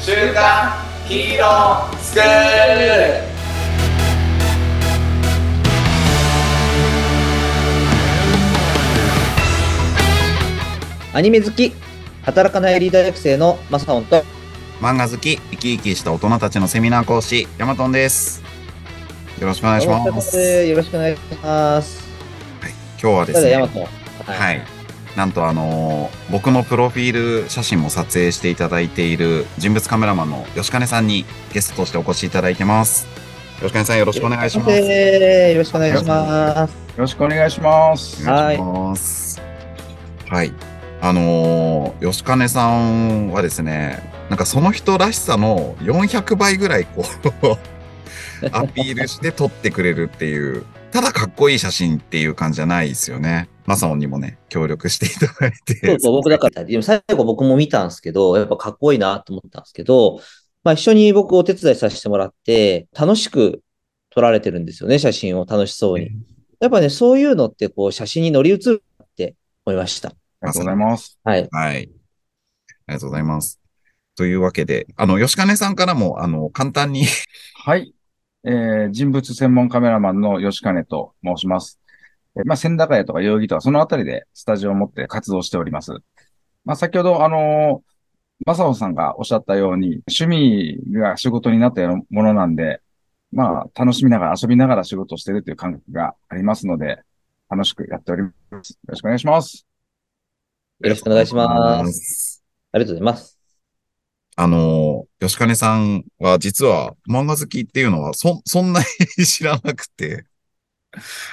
週刊ヒーロースクールアニメ好き、働かないリーダー学生のマサオンと、漫画好き、生き生きした大人たちのセミナー講師、ヤマトンです。よろしくお願いしま山本す。ですよろしくお願いします。今日はでたすだ、ヤマね、トン。。はいい。なんとあのー僕のプロフィール写真も撮影していただいている人物カメラマンの吉金さんにゲストとしてお越しいただいてます。吉金さんよろしくお願いします。よよろしくお願いします。よろしくお願いします。はいろしくお願いします。はい。あのー吉金さんはですね、なんかその人らしさの400倍ぐらいこう、 アピールして撮ってくれるっていう、ただかっこいい写真っていう感じじゃないですよね。マサオンにもね、協力していただいそてう。そう、僕だから、でも最後僕も見たんですけど、やっぱかっこいいなと思ったんですけど、まあ一緒に僕お手伝いさせてもらって、楽しく撮られてるんですよね、写真を楽しそうに。やっぱね、そういうのってこう写真に乗り移るなって思いました。ありがとうございます。はい。はい。ありがとうございます。というわけで、あの、吉金さんからも、あの、簡単に、はい。えー人物専門カメラマンの吉金と申します。えーまあ、千駄ヶ谷とか代々木とか、そのあたりでスタジオを持って活動しております。まあ、先ほど、あのー、正雄さんがおっしゃったように、趣味が仕事になったようなものなんで、まあ、楽しみながら、遊びながら仕事をしているという感覚がありますので、楽しくやっております。よろしくお願いします。よろしくお願いし ます。す。ありがとうございます。あの、吉金さんは実は漫画好きっていうのはそ、そんなに知らなくて。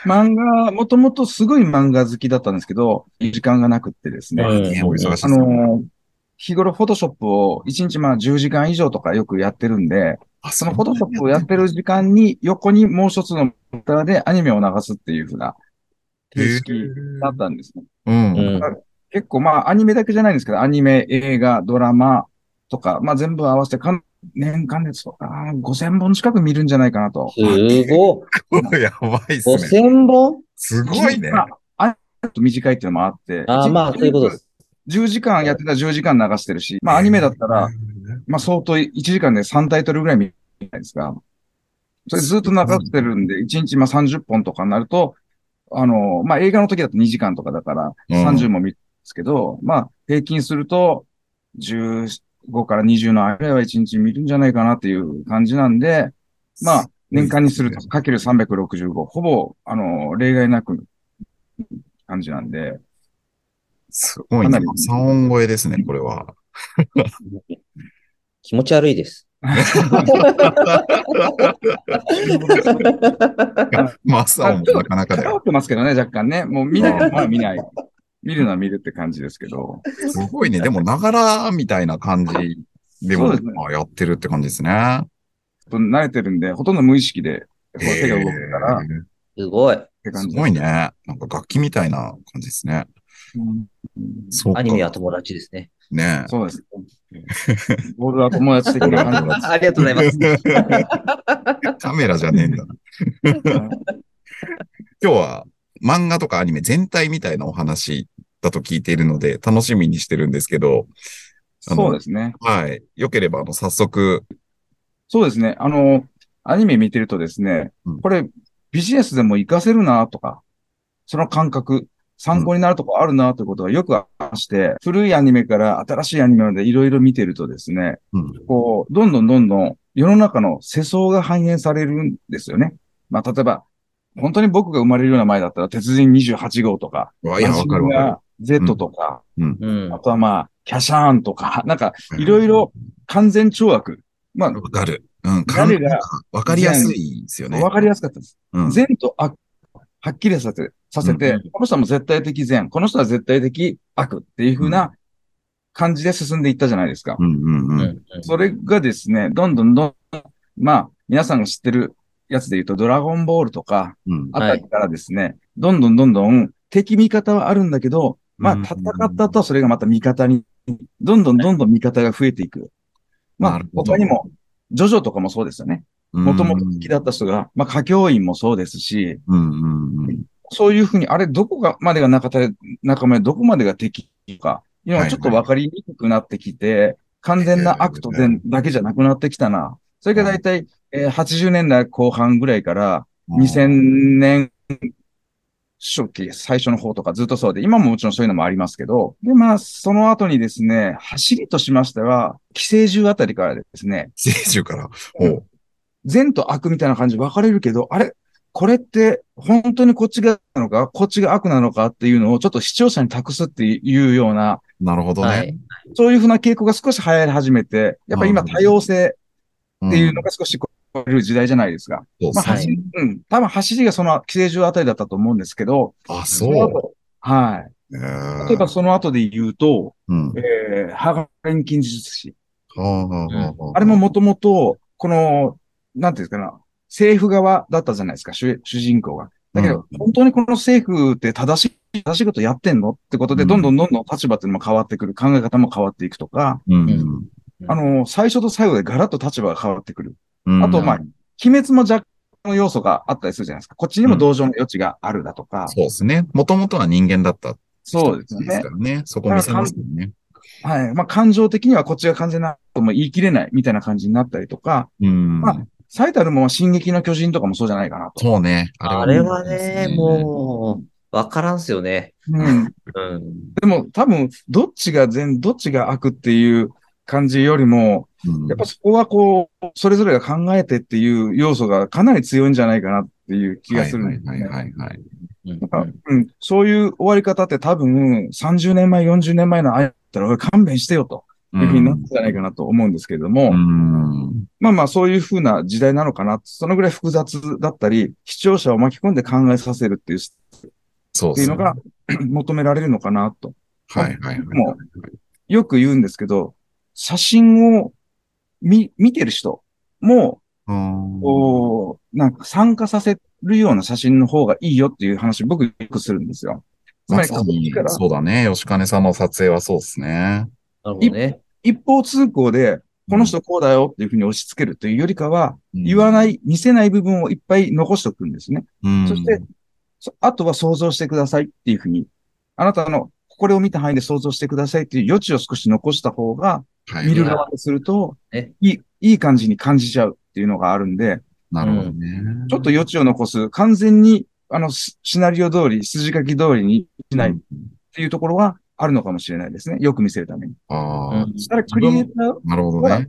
漫画、もともとすごい漫画好きだったんですけど、時間がなくってですね。うんねお忙しいですあよねのー日頃フォトショップを1日まあ10時間以上とかよくやってるんで、あ、そのフォトショップをやってる時間に横にもう一つのモニターでアニメを流すっていうふうな形式だったんですね。うん。うん。結構まあアニメだけじゃないんですけど、アニメ、映画、ドラマとか、まあ全部合わせてかん年間でそうかな5000本近く見るんじゃないかなと。 すごやばいっい。すね。 5000本すごいね。まあ、あちょっと短いっていうのもあって。ああ、まあ、そういうことです。 10時間やってたら10時間流してるし、まあアニメだったら、まあ相当1時間で3タイトルぐらい見るじゃないですか。それずっと流してるんで、1日まあ30本とかになると、あの、まあ映画の時だと2時間とかだから、うん30も見るんですけど、まあ平均すると、15から20の間は1日見るんじゃないかなっていう感じなんで、まあ年間にするとかける365、ほぼ、あの、例外なく、感じなんで、すごいかなねり。 3音超えですね、これは。気持ち悪いです。マサオもなかなかだ偏よ。ってますけどね、若干ね。もう見ないのは見ない。見るのは見るって感じですけど。すごいね。でも、ながらみたいな感じでそもうですね、あやってるって感じですね。慣れてるんで、ほとんど無意識でこう手が動くからっへーすごい。てす感じ。ごいね。なんか楽器みたいな感じですね。うんそうか。アニメは友達ですね。ねそうです。 ボールは友達的な感ありがとうございます。カメラじゃねえん だ。じで。今日は漫画とかアニメ全体みたいなお話だと聞いているので、楽しみにしてるんですけど、そうですね。はい。よければ、あの、早速、そうですね。あの、アニメ見てるとですねうん、これビジネスでも活かせるなとか、その感覚、参考になるとこあるなということがよくありまして、古いアニメから新しいアニメまでいろいろ見てるとですね、うんこう、どんどんどんどん世の中の世相が反映されるんですよね。まあ、例えば、本当に僕が生まれるような前だったら、鉄人28号とか、わいや、わかるわか Z とか、うん。あとはまあ、キャシャーンとか、なんか、いろいろ完全懲悪。まる。あ、わかる。うん。か誰がわかりやすいですよね。わかりやすかったです。うん善と悪、はっきりさせて、させて、うんこの人はもう絶対的善、この人は絶対的悪っていう風な感じで進んでいったじゃないですか。うんうんううんん。それがですね、どんどんどんどん、まあ、皆さんが知ってるやつで言うと、ドラゴンボールとか、うん。あたりからですね、どんどんどんどん敵味方はあるんだけど、まあ、うん戦った後はそれがまた味方に、どんどんどんどん味方が増えていく。まなある、ほど他にも、ジョジョとかもそうですよね。もともと敵だった人が、まあ、歌教員もそうですし、うんうんうん。そういうふうに、あれ、どこがまでが仲た仲間で、どこまでが敵とか、今ちょっと分かりにくくなってきて、完全な悪とでだけじゃなくなってきたな。それが大体、えー80年代後半ぐらいから、2000年初期、最初の方とかずっとそうで、今ももちろんそういうのもありますけど、で、まあ、その後にですね、走りとしましては、寄生獣あたりからですね、聖獣から。ほう。善と悪みたいな感じで分かれるけど、あれこれって本当にこっちがなのか、こっちが悪なのかっていうのをちょっと視聴者に託すっていうような、なるほどね。はい。そういうふうな傾向が少し流行り始めて、やっぱ今うん多様性うんっていうのが少しこういう時代じゃないですか。そうまあ、そう走り、うん。多分走りがその寄生獣あたりだったと思うんですけど、あ、そのそう。後はい。例例えば、その後で言うと、うん。えー、ハガレン筋術師。ああれも、もともと、この、なんていうんですかな、政府側だったじゃないですか、主主人公が。だけど、うん本当にこの政府って正しい、正しいことやってんのってことで、うんどんどんどんどん立場っていうのも変わってくる、考え方も変わっていくとか、うん。あの、最初と最後でガラッと立場が変わってくる。うんあと、まあ、鬼滅も若干の要素があったりするじゃないですか。こっちにも同情の余地があるだとか。そうですね。もともとは人間だった。そうですでねすか。らね。そこ見せますよね。はい。まあ、感情的にはこっちが完全なとも言い切れないみたいな感じになったりとか、うん。まあ最たるもんは進撃の巨人とかもそうじゃないかなと。そうね。あれはね、もう、わからんすよね。うん。うん。でも多分、どっちが善、どっちが悪っていう感じよりも、うん、やっぱそこはこう、それぞれが考えてっていう要素がかなり強いんじゃないかなっていう気がするんですはねいはいはいはいはい。うんなんかうん、そういう終わり方って多分、30年前、40年前のあれだったら、俺勘弁してよというふうになったんじゃないかなと思うんですけれども、うん。まあまあそういうふうな時代なのかな。そのぐらい複雑だったり、視聴者を巻き込んで考えさせるっていう、っそうてですいうねのが 求められるのかなと。はいはいはい。もよく言うんですけど、写真を見、見てる人も、うんこう、なんか参加させるような写真の方がいいよっていう話、僕よくするんですよ。つままり、さこっちにから、そうだね。吉金さんの撮影はそうですね。なるほどね。一方通行で、この人こうだよっていうふうに押し付けるというよりかは、言わい。ない、見せない部分をいっぱい残しておくんですね。うんそして、そあとは想像してくださいっていうふうに、あなたのこれを見た範囲で想像してくださいっていう余地を少し残した方が、はい見る側にするとね、いい、いい感じに感じちゃうっていうのがあるんで、なるほどね。ちょっと余地を残す、完全に、あの、シシナリオ通り、筋書き通りにしないっていうところはあるのかもしれないですね。よく見せるために。うああん、だからクリエイター、なるほどね。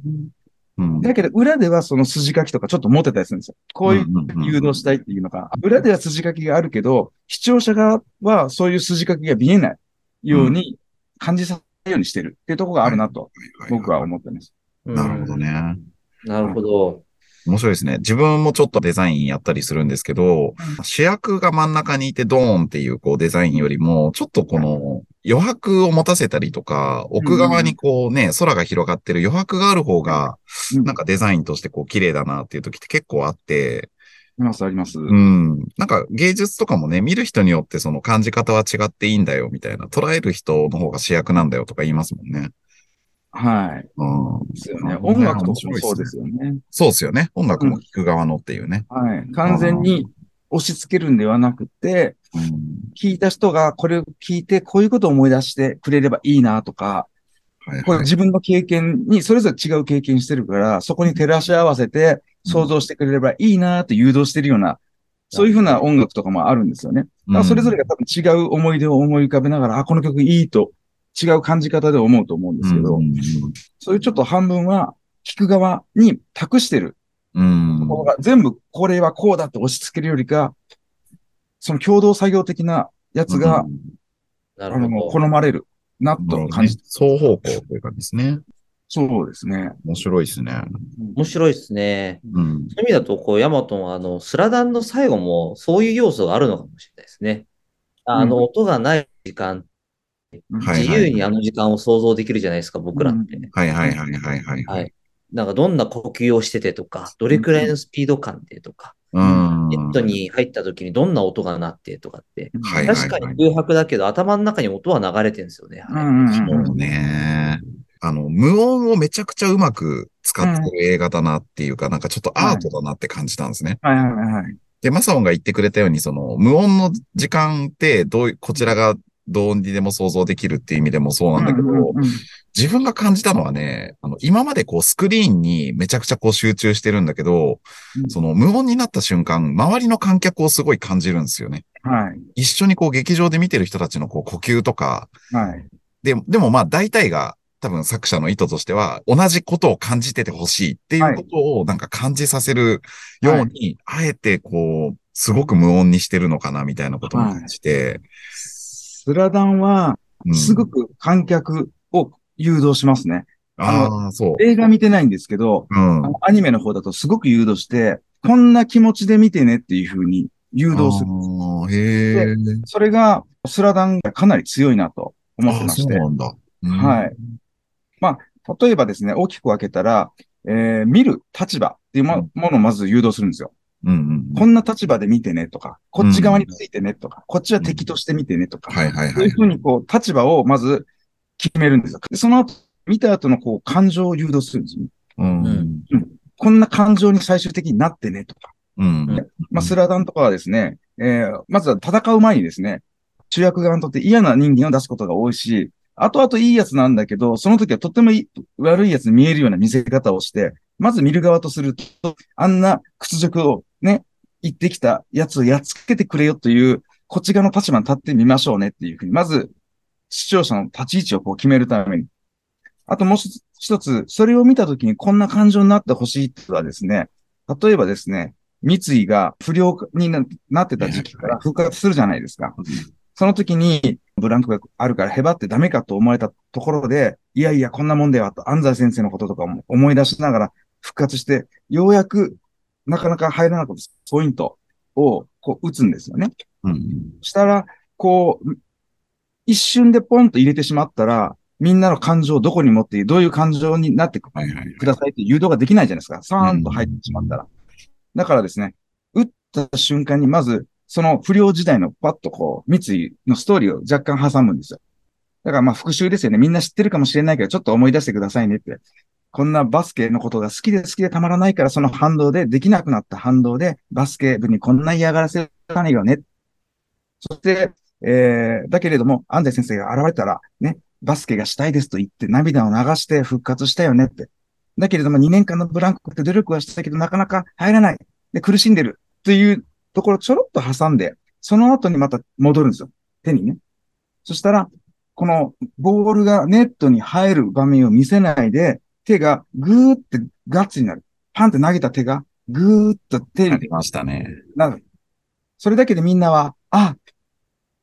うんだけど裏ではその筋書きとかちょっと持ってたりするんですよ。こういう誘導したいっていうのが、裏では筋書きがあるけど、視聴者側はそういう筋書きが見えないように感じさせないようにしてるっていうところがあるなと、僕は思ってます。うんなるほど。ね。なるほど。面白いですね。自分もちょっとデザインやったりするんですけど、主役が真ん中にいてドーンっていうこうデザインよりも、ちょっとこの余白を持たせたりとか、奥側にこうね、空が広がってる余白がある方が、うんなんかデザインとしてこう綺麗だなっていう時って結構あって、あります、あります。うん。なんか芸術とかもね、見る人によってその感じ方は違っていいんだよみたいな、捉える人の方が主役なんだよとか言いますもんね。はい。うん。ですよね。うん音楽とかもそうですよね。そうですよね。音楽も聴く側のっていうね。はい。完全に押し付けるんではなくて、うん聞いた人がこれを聞いて、こういうことを思い出してくれればいいなとか、はいこはれい。自分の経験にそれぞれ違う経験してるから、そこに照らし合わせて想像してくれればいいなって誘導してるような、そういうふうな音楽とかもあるんですよね。だからそれぞれが多分違う思い出を思い浮かべながら、あ、この曲いいと違う感じ方で思うと思うんですけど、うんそういうちょっと半分は聞く側に託してるうんところが全部これはこうだって押し付けるよりか、その共同作業的なやつが、なあるの、ほど。好まれるなと感じ、双方向という感じですね。そうですね。面白いですね。面白いですね。うん。そういう意味だと、こう、ヤマトンは、あの、スラダンの最後も、そういう要素があるのかもしれないですね。ああの、う音がない時間、はい自由にあの時間を想像できるじゃないですか、僕らって。はいはいはいはいはい。はいなんか、どんな呼吸をしててとか、どれくらいのスピード感でとか、うん。ネットに入った時にどんな音が鳴ってとかって、はいはいはい確かに空白だけど、頭の中に音は流れてるんですよね。うあれんうんうんそうね。あの、無音をめちゃくちゃうまく使ってる映画だなっていうか、なんかちょっとアートだなって感じたんですね。はいはいはいはい。で、マサオンが言ってくれたように、その、無音の時間って、どういう、こちらがどうにでも想像できるっていう意味でもそうなんだけど、うんうんうん自分が感じたのはね、あの、今までこうスクリーンにめちゃくちゃこう集中してるんだけど、うんその無音になった瞬間、周りの観客をすごい感じるんですよね。はい。一緒にこう劇場で見てる人たちのこう呼吸とか、はい。で、でもまあ大体が多分作者の意図としては同じことを感じててほしいっていうことをなんか感じさせるように、あえてこう、すごく無音にしてるのかなみたいなことも感じて、スラダンは、うんすごく観客を誘導しますね。ああ、そう。映画見てないんですけど、うんあ。のアニメの方だとすごく誘導して、こんな気持ちで見てねっていう風に誘導する。あーへえ。それが、スラダンがかなり強いなと思ってあまあ、しそうて。なんだ。うんはい。例えばですね、大きく分けたら、えー見る立場っていうもものをまず誘導するんですよ。うんうんうん。こんな立場で見てねとか、こっち側についてねとか、こっちは敵として見てねとか、はいはいそうはいうい。ふうにこう、立場をまず決めるんですよ。でその後、見た後のこう、感情を誘導するんですよね。うん。うん。こんな感情に最終的になってねとか。うん。まあ、うんスラダンとかはですね、えーまずは戦う前にですね、主役側にとって嫌な人間を出すことが多いし、後々いいやつなんだけど、その時はとってもいい悪いやつに見えるような見せ方をして、まず見る側とすると、あんな屈辱をね、言ってきたやつをやっつけてくれよという、こっち側の立場に立ってみましょうねっていうふうに、まず視聴者の立ち位置をこう決めるために。あともう一つ一つ、それを見た時にこんな感情になってほしいっていうのはですね、例えばですね、三井が不良にななってた時期から復活するじゃないですか。その時に、ブランクがあるからへばってダメかと思われたところで、いやいや、こんなもんだよ、と安西先生のこととかも思い出しながら復活して、ようやくなかなか入らなかったポイントをこう打つんですよね。うん。そしたら、こう、一瞬でポンと入れてしまったら、みんなの感情をどこに持っていい、どういう感情になってくはいはい。くださいって誘導ができないじゃないですか。サーンと入ってしまったら。だからですね、打った瞬間にまず、その不良時代のパッとこう、三井のストーリーを若干挟むんですよ。だからまあ復習ですよね。みんな知ってるかもしれないけど、ちょっと思い出してくださいねって。こんなバスケのことが好きで好きでたまらないから、その反動で、できなくなった反動で、バスケ部にこんな嫌がらせをしたねよね。そして、えー、だけれども、安西先生が現れたら、ね、バスケがしたいですと言って涙を流して復活したよねって。だけれども、2年間のブランクって努力はしたけど、なかなか入らない。で、苦しんでる。というところをちょろっと挟んで、その後にまた戻るんですよ。手にね。そしたら、このボールがネットに入る場面を見せないで、手がぐーってガッツになる。パンって投げた手がぐーっと手あにりましたね。なる。それだけでみんなは、あ、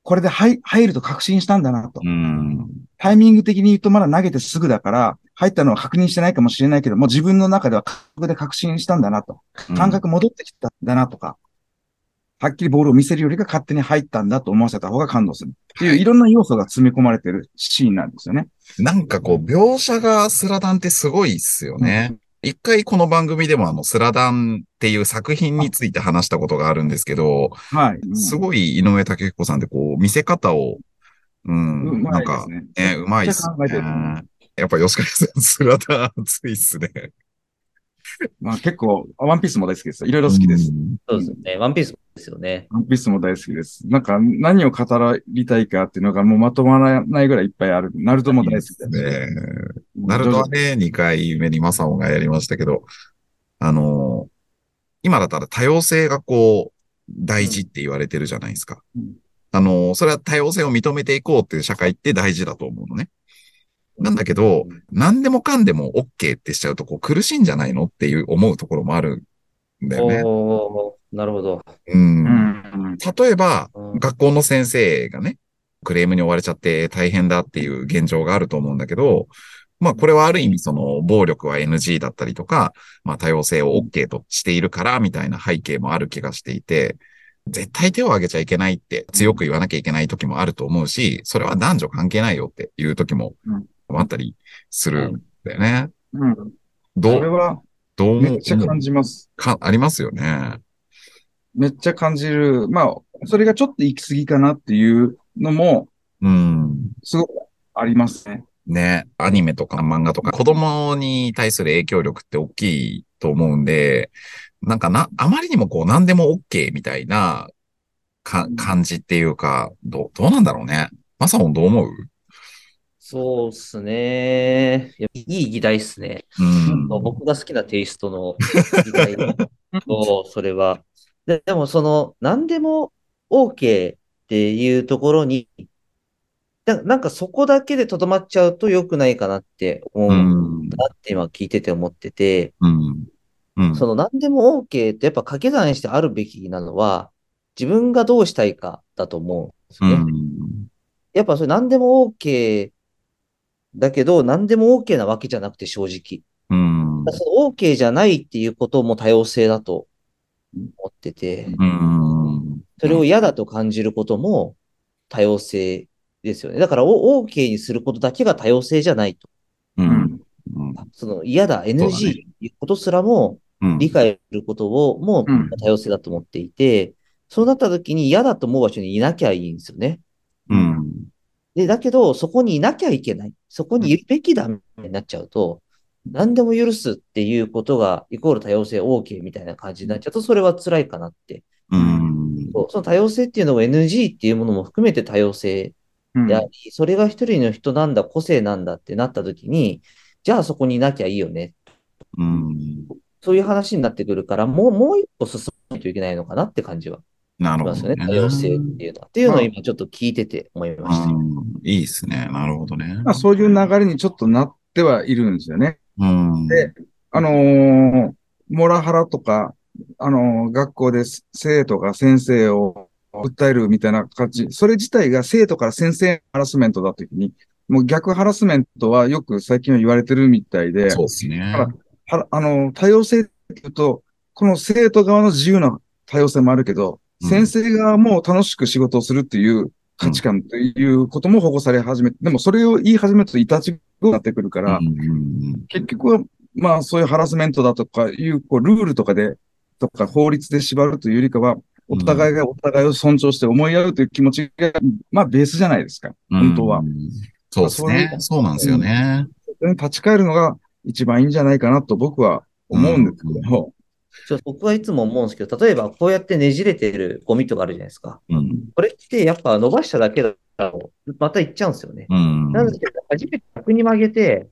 これで入入ると確信したんだなと。うん。タイミング的に言うとまだ投げてすぐだから、入ったのは確認してないかもしれないけども、自分の中では感覚で確信したんだなと。感覚戻ってきたんだなとか、はっきりボールを見せるよりが勝手に入ったんだと思わせた方が感動する。っていういろんな要素が詰め込まれてるシーンなんですよね。なんかこう、描写がスラダンってすごいっすよね。一回この番組でもあの、スラダンっていう作品について話したことがあるんですけど、はい。すい。ごい井上武彦さんってこう、見せ方を、う、うんまなんいでかす、ね。ね、うまいっすめっちゃ考えてねる。やっぱ吉川さん、スラダン熱いっすね。まあ結構、ワンピースも大好きです。いろいろ好きです。うん。そうですよね。ワンピースですよね。ワンピースも大好きです。なんか何を語りたいかっていうのがもうまとまらないぐらいいっぱいある。ナルトも大好きです。ねナルトはね、2回目にマサオがやりましたけど、あのー今だったら多様性がこう、大事って言われてるじゃないですか。うんあのーそれは多様性を認めていこうっていう社会って大事だと思うのね。なんだけど、何でもかんでも OK ってしちゃうとこう苦しいんじゃないのっていう思うところもあるんだよね。おー、なるほど。うんうん。例えば、うん学校の先生がね、クレームに追われちゃって大変だっていう現状があると思うんだけど、まあこれはある意味その暴力は NG だったりとか、まあ多様性を OK としているからみたいな背景もある気がしていて、絶対手を挙げちゃいけないって強く言わなきゃいけない時もあると思うし、それは男女関係ないよっていう時もあったりするんだよね。うん。どそれう、はどうめ思っちゃ感うじます。か、ありますよね。めっちゃ感じる。まあ、それがちょっと行き過ぎかなっていうのも、うん。すごくありますね。ね、アニメとか漫画とか、子供に対する影響力って大きいと思うんで、なんかな、あまりにもこう何でも OK みたいなか感じっていうか、どう、どうなんだろうね。マサオンどう思うそうっすね。いやいい議題っすね。うん。僕が好きなテイストの議 題と、それは。ででも、その、何でも OK っていうところに、ななんかそこだけでとどまっちゃうと良くないかなって思ううんん。なって今聞いてて思ってて、うん。うん。その何でも OK ってやっぱ掛け算してあるべきなのは、自分がどうしたいかだと思うんですうよね。ん。やっぱそれ何でも OK だけど、何でも OK なわけじゃなくて正直。うん。その OK じゃないっていうことも多様性だと思ってて、うん。それを嫌だと感じることも多様性ですよね。だからお OK にすることだけが多様性じゃないと。うん。うん。その嫌だ、そうだ NG っていうことすらもうん。理解することをもうん多様性だと思っていて、そうなった時に嫌だと思う場所にいなきゃいいんですよね。うん。で、だけど、そこにいなきゃいけない。そこにいるべきだ、みたいになっちゃうと、何でも許すっていうことが、イコール多様性 OK みたいな感じになっちゃうと、それは辛いかなって。うん。そうその多様性っていうのを NG っていうものも含めて多様性うんであり、それが一人の人なんだ、個性なんだってなった時に、じゃあそこにいなきゃいいよね。うん。そういう話になってくるから、もう、もう一歩進まないといけないのかなって感じはなしるほますどよね。ね。多様性っていうのは。っていうのを今ちょっと聞いてて思いました。うんいいですね。なるほどね。まあ、そういう流れにちょっとなってはいるんですよね。うん。であのーモラハラとか、あのー学校で生徒が先生を訴えるみたいな感じ、それ自体が生徒から先生ハラスメントだときに、もう逆ハラスメントはよく最近は言われてるみたいで、そうですね。はあのー多様性っていうと、この生徒側の自由な多様性もあるけど、うん先生側も楽しく仕事をするっていう価値観ということも保護され始めて、でもそれを言い始めるといたちごになってくるかうら、ん。結局は、まあそういうハラスメントだとかいう、こう、ルールとかで、とか法律で縛るというよりかは、お互いがお互いを尊重して思い合うという気持ちが、まあベースじゃないですか。うん本当は。そうですね。そうなんですよね。それに立ち返るのが一番いいんじゃないかなと僕は思うんですけど、そう僕はいつも思うんですけど、例えばこうやってねじれてるゴミとかあるじゃないですか。うん。これってやっぱ伸ばしただけだと、またいっちゃうんですよね。うん。なんですけど、初めて逆に曲げて、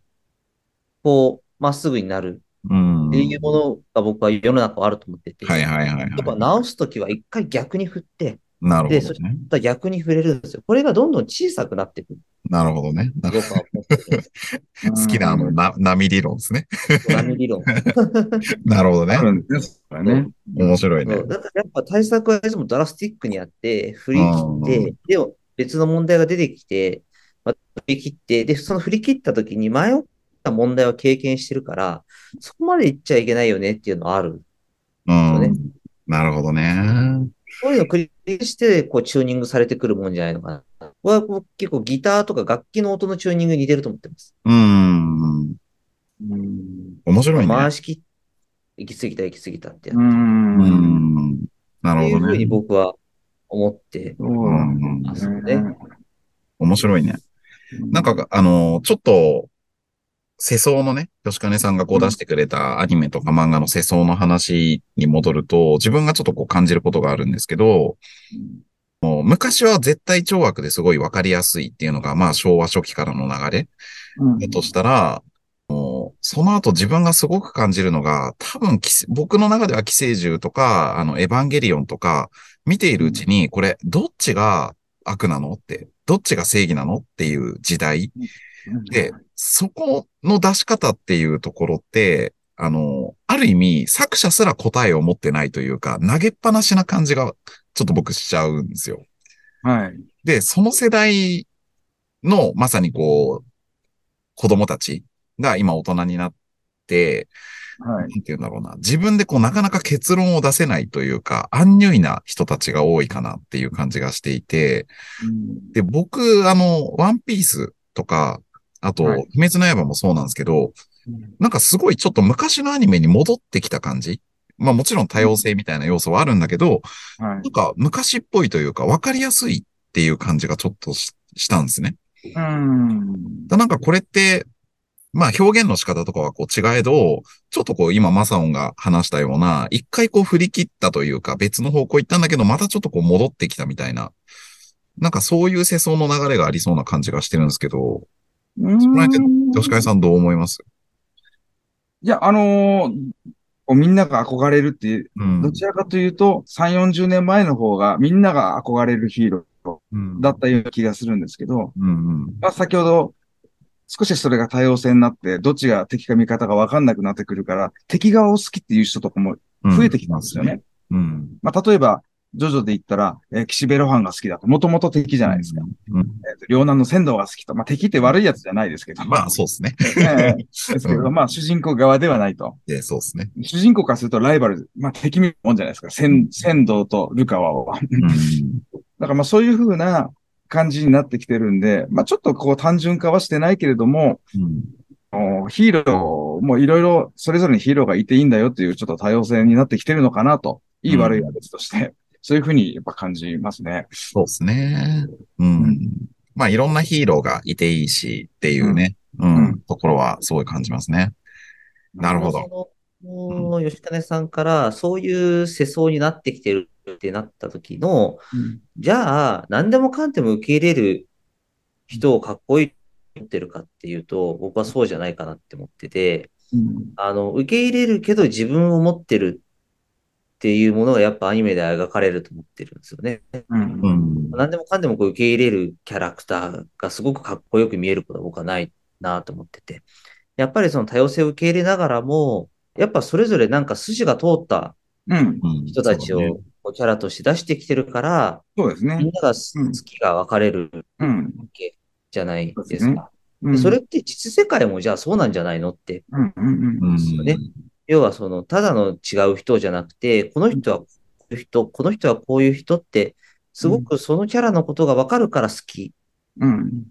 こう、まっすぐになるうんっていうものが僕は世の中はあると思ってて、はいやはいはいはい。っぱ直すときは一回逆に振って、なるでほそどね。また逆に振れるんですよ。これがどんどん小さくなっていくる。なるほどね。な僕は思ってるんです好きなあの、な波理論ですね。 よ。波理論。なるほどねあ。るんですからね。面白いねそ。うだからやっぱ対策はいつもドラスティックにやって、振り切っうて、でも別の問題が出てきて、また振り切って、で、その振り切った時に前起きた問題を経験してるから、そこまでいっちゃいけないよねっていうのはある。うそうんね。なるほどね。そういうのを繰り返して、こう、チューニングされてくるもんじゃないのかな。これは僕結構ギターとか楽器の音のチューニングに似てると思ってます。うん。うん。面白いね。回しき、行き過ぎた行き過ぎたってやうっん。ん。なてるいうほふどうにね。僕は思ってそううなんんうんますですね。ね。面白いね。なんか、あの、ちょっと、世相のね、吉金さんがこう出してくれたアニメとか漫画の世相の話に戻ると、自分がちょっとこう感じることがあるんですけど、もう昔は絶対懲悪ですごいわかりやすいっていうのが、まあ昭和初期からの流れうんだとしたら、もうその後自分がすごく感じるのが、多分寄生、僕の中では寄生獣とか、あの、エヴァンゲリオンとか、見ているうちに、これ、どっちが悪なのって、どっちが正義なのっていう時代で、そこの出し方っていうところって、あの、ある意味、作者すら答えを持ってないというか、投げっぱなしな感じが、ちょっと僕しちゃうんですよ。はい。で、その世代の、まさにこう、子供たちが今大人になって、はい。なんて言うんだろうな、自分でこう、なかなか結論を出せないというか、安ュイな人たちが多いかなっていう感じがしていて、うんで、僕、あの、ワンピースとか、あと、はい鬼滅の刃もそうなんですけど、なんかすごいちょっと昔のアニメに戻ってきた感じ。まあもちろん多様性みたいな要素はあるんだけど、はなんいか昔っぽいというか分かりやすいっていう感じがちょっとししたんですね。うんだなんかこれって、まあ表現の仕方とかはこう違えど、ちょっとこう今マサオンが話したような、一回こう振り切ったというか別の方向行ったんだけど、またちょっとこう戻ってきたみたいななんかそういう世相の流れがありそうな感じがしてるんですけど、うんそこら辺で吉川さんどう思いますいや、あのーこうみんなが憧れるっていう、うんどちらかというと、3、40年前の方がみんなが憧れるヒーロうんーだったような気がするんですけど、うんうん。まあ先ほど、少しそれが多様性になって、どっちが敵か味方か分かんなくなってくるから、敵側を好きっていう人とかも増えてきたんですよね。。うん。まあ例えば、ジョジョで言ったら、えー岸辺露伴が好きだと、もともと敵じゃないですか。うん。えーと両南の仙道が好きと、まあ敵って悪いやつじゃないですけど、まあ、そうですね。 えーですけど、まあ主人公側ではないと。で、そうですね。主人公からするとライバル、まあ敵みたいなもんじゃないですか。仙仙道とルカワを。うん。だからまあそういう風な感じになってきてるんで、まあちょっとこう単純化はしてないけれども、うんあのヒーローもいろいろそれぞれにヒーローがいていいんだよっていうちょっと多様性になってきてるのかなと、いいうん悪いは別として、そういう風にやっぱ感じますね。そうですね。ううんん。まあ、いろんなヒーローがいていいしっていうね、うん、うところはすごい感じますね。なるほど。ど。もう吉金さんからそういう世相になってきてるってなった時の、じゃあ何でもかんでも受け入れる人をかっこいいと思ってるかっていうと、僕はそうじゃないかなって思ってて、うんあの、受け入れるけど自分を持ってるっていうものがやっぱアニメで描かれると思ってるんですよね。うんうん。何でもかんでもこう受け入れるキャラクターがすごくかっこよく見えることは僕はないなと思ってて。やっぱりその多様性を受け入れながらも、やっぱそれぞれなんか筋が通ったうん。うん人たちをそうだねこうキャラとして出してきてるから、そうですみんね。ながすうん好きが分かれるうん。わけじゃないそうでですすねか。うでんそれって実世界もじゃあそうなんじゃないのって。うんうんうん。うんですよね要はそのただの違う人じゃなくて、この人はこういう人、この人はこういう人って、すごくそのキャラのことが分かるから好きうん。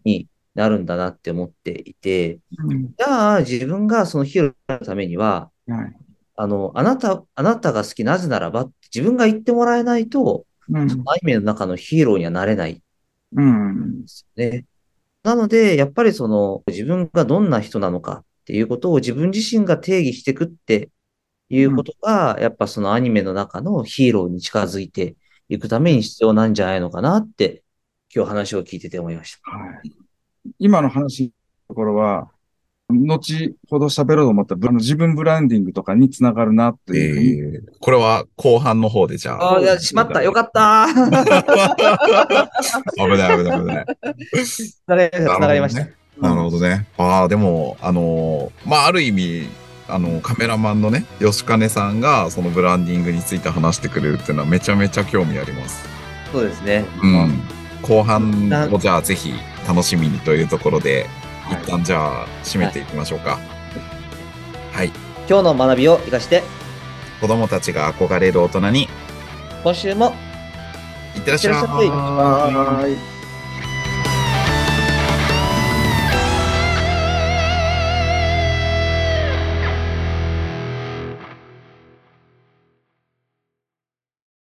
なるんだなって思っていて、うんじゃあ自分がそのヒーローになるためには、はいあの、あなた、あなたが好きなぜならばって自分が言ってもらえないと、うんアニメの中のヒーローにはなれないんでうん。すよね。なので、やっぱりその自分がどんな人なのかっていうことを自分自身が定義していくっていうことが、やっぱそのアニメの中のヒーローに近づいていくために必要なんじゃないのかなって、今日話を聞いてて思いました。はい。今の話のところは、後ほど喋ろうと思ったあの自分ブランディングとかにつながるなっていうふうにえーこれは後半の方でじゃあ。ああ、いや、しまった。よかった。危ない危ない危ない。つながりました。つながりました。なるほどね。ああ、でも、あのーまあ、ある意味、あのーカメラマンのね、吉金さんが、そのブランディングについて話してくれるっていうのは、めちゃめちゃ興味あります。そうですね。うん。後半を、じゃあ、ぜひ、楽しみにというところで、はい一旦、じゃあ、締めていきましょうか。はい。今日の学びを生かして、子供たちが憧れる大人に、今週もいってらっしいゃってらっしゃいい。はーい。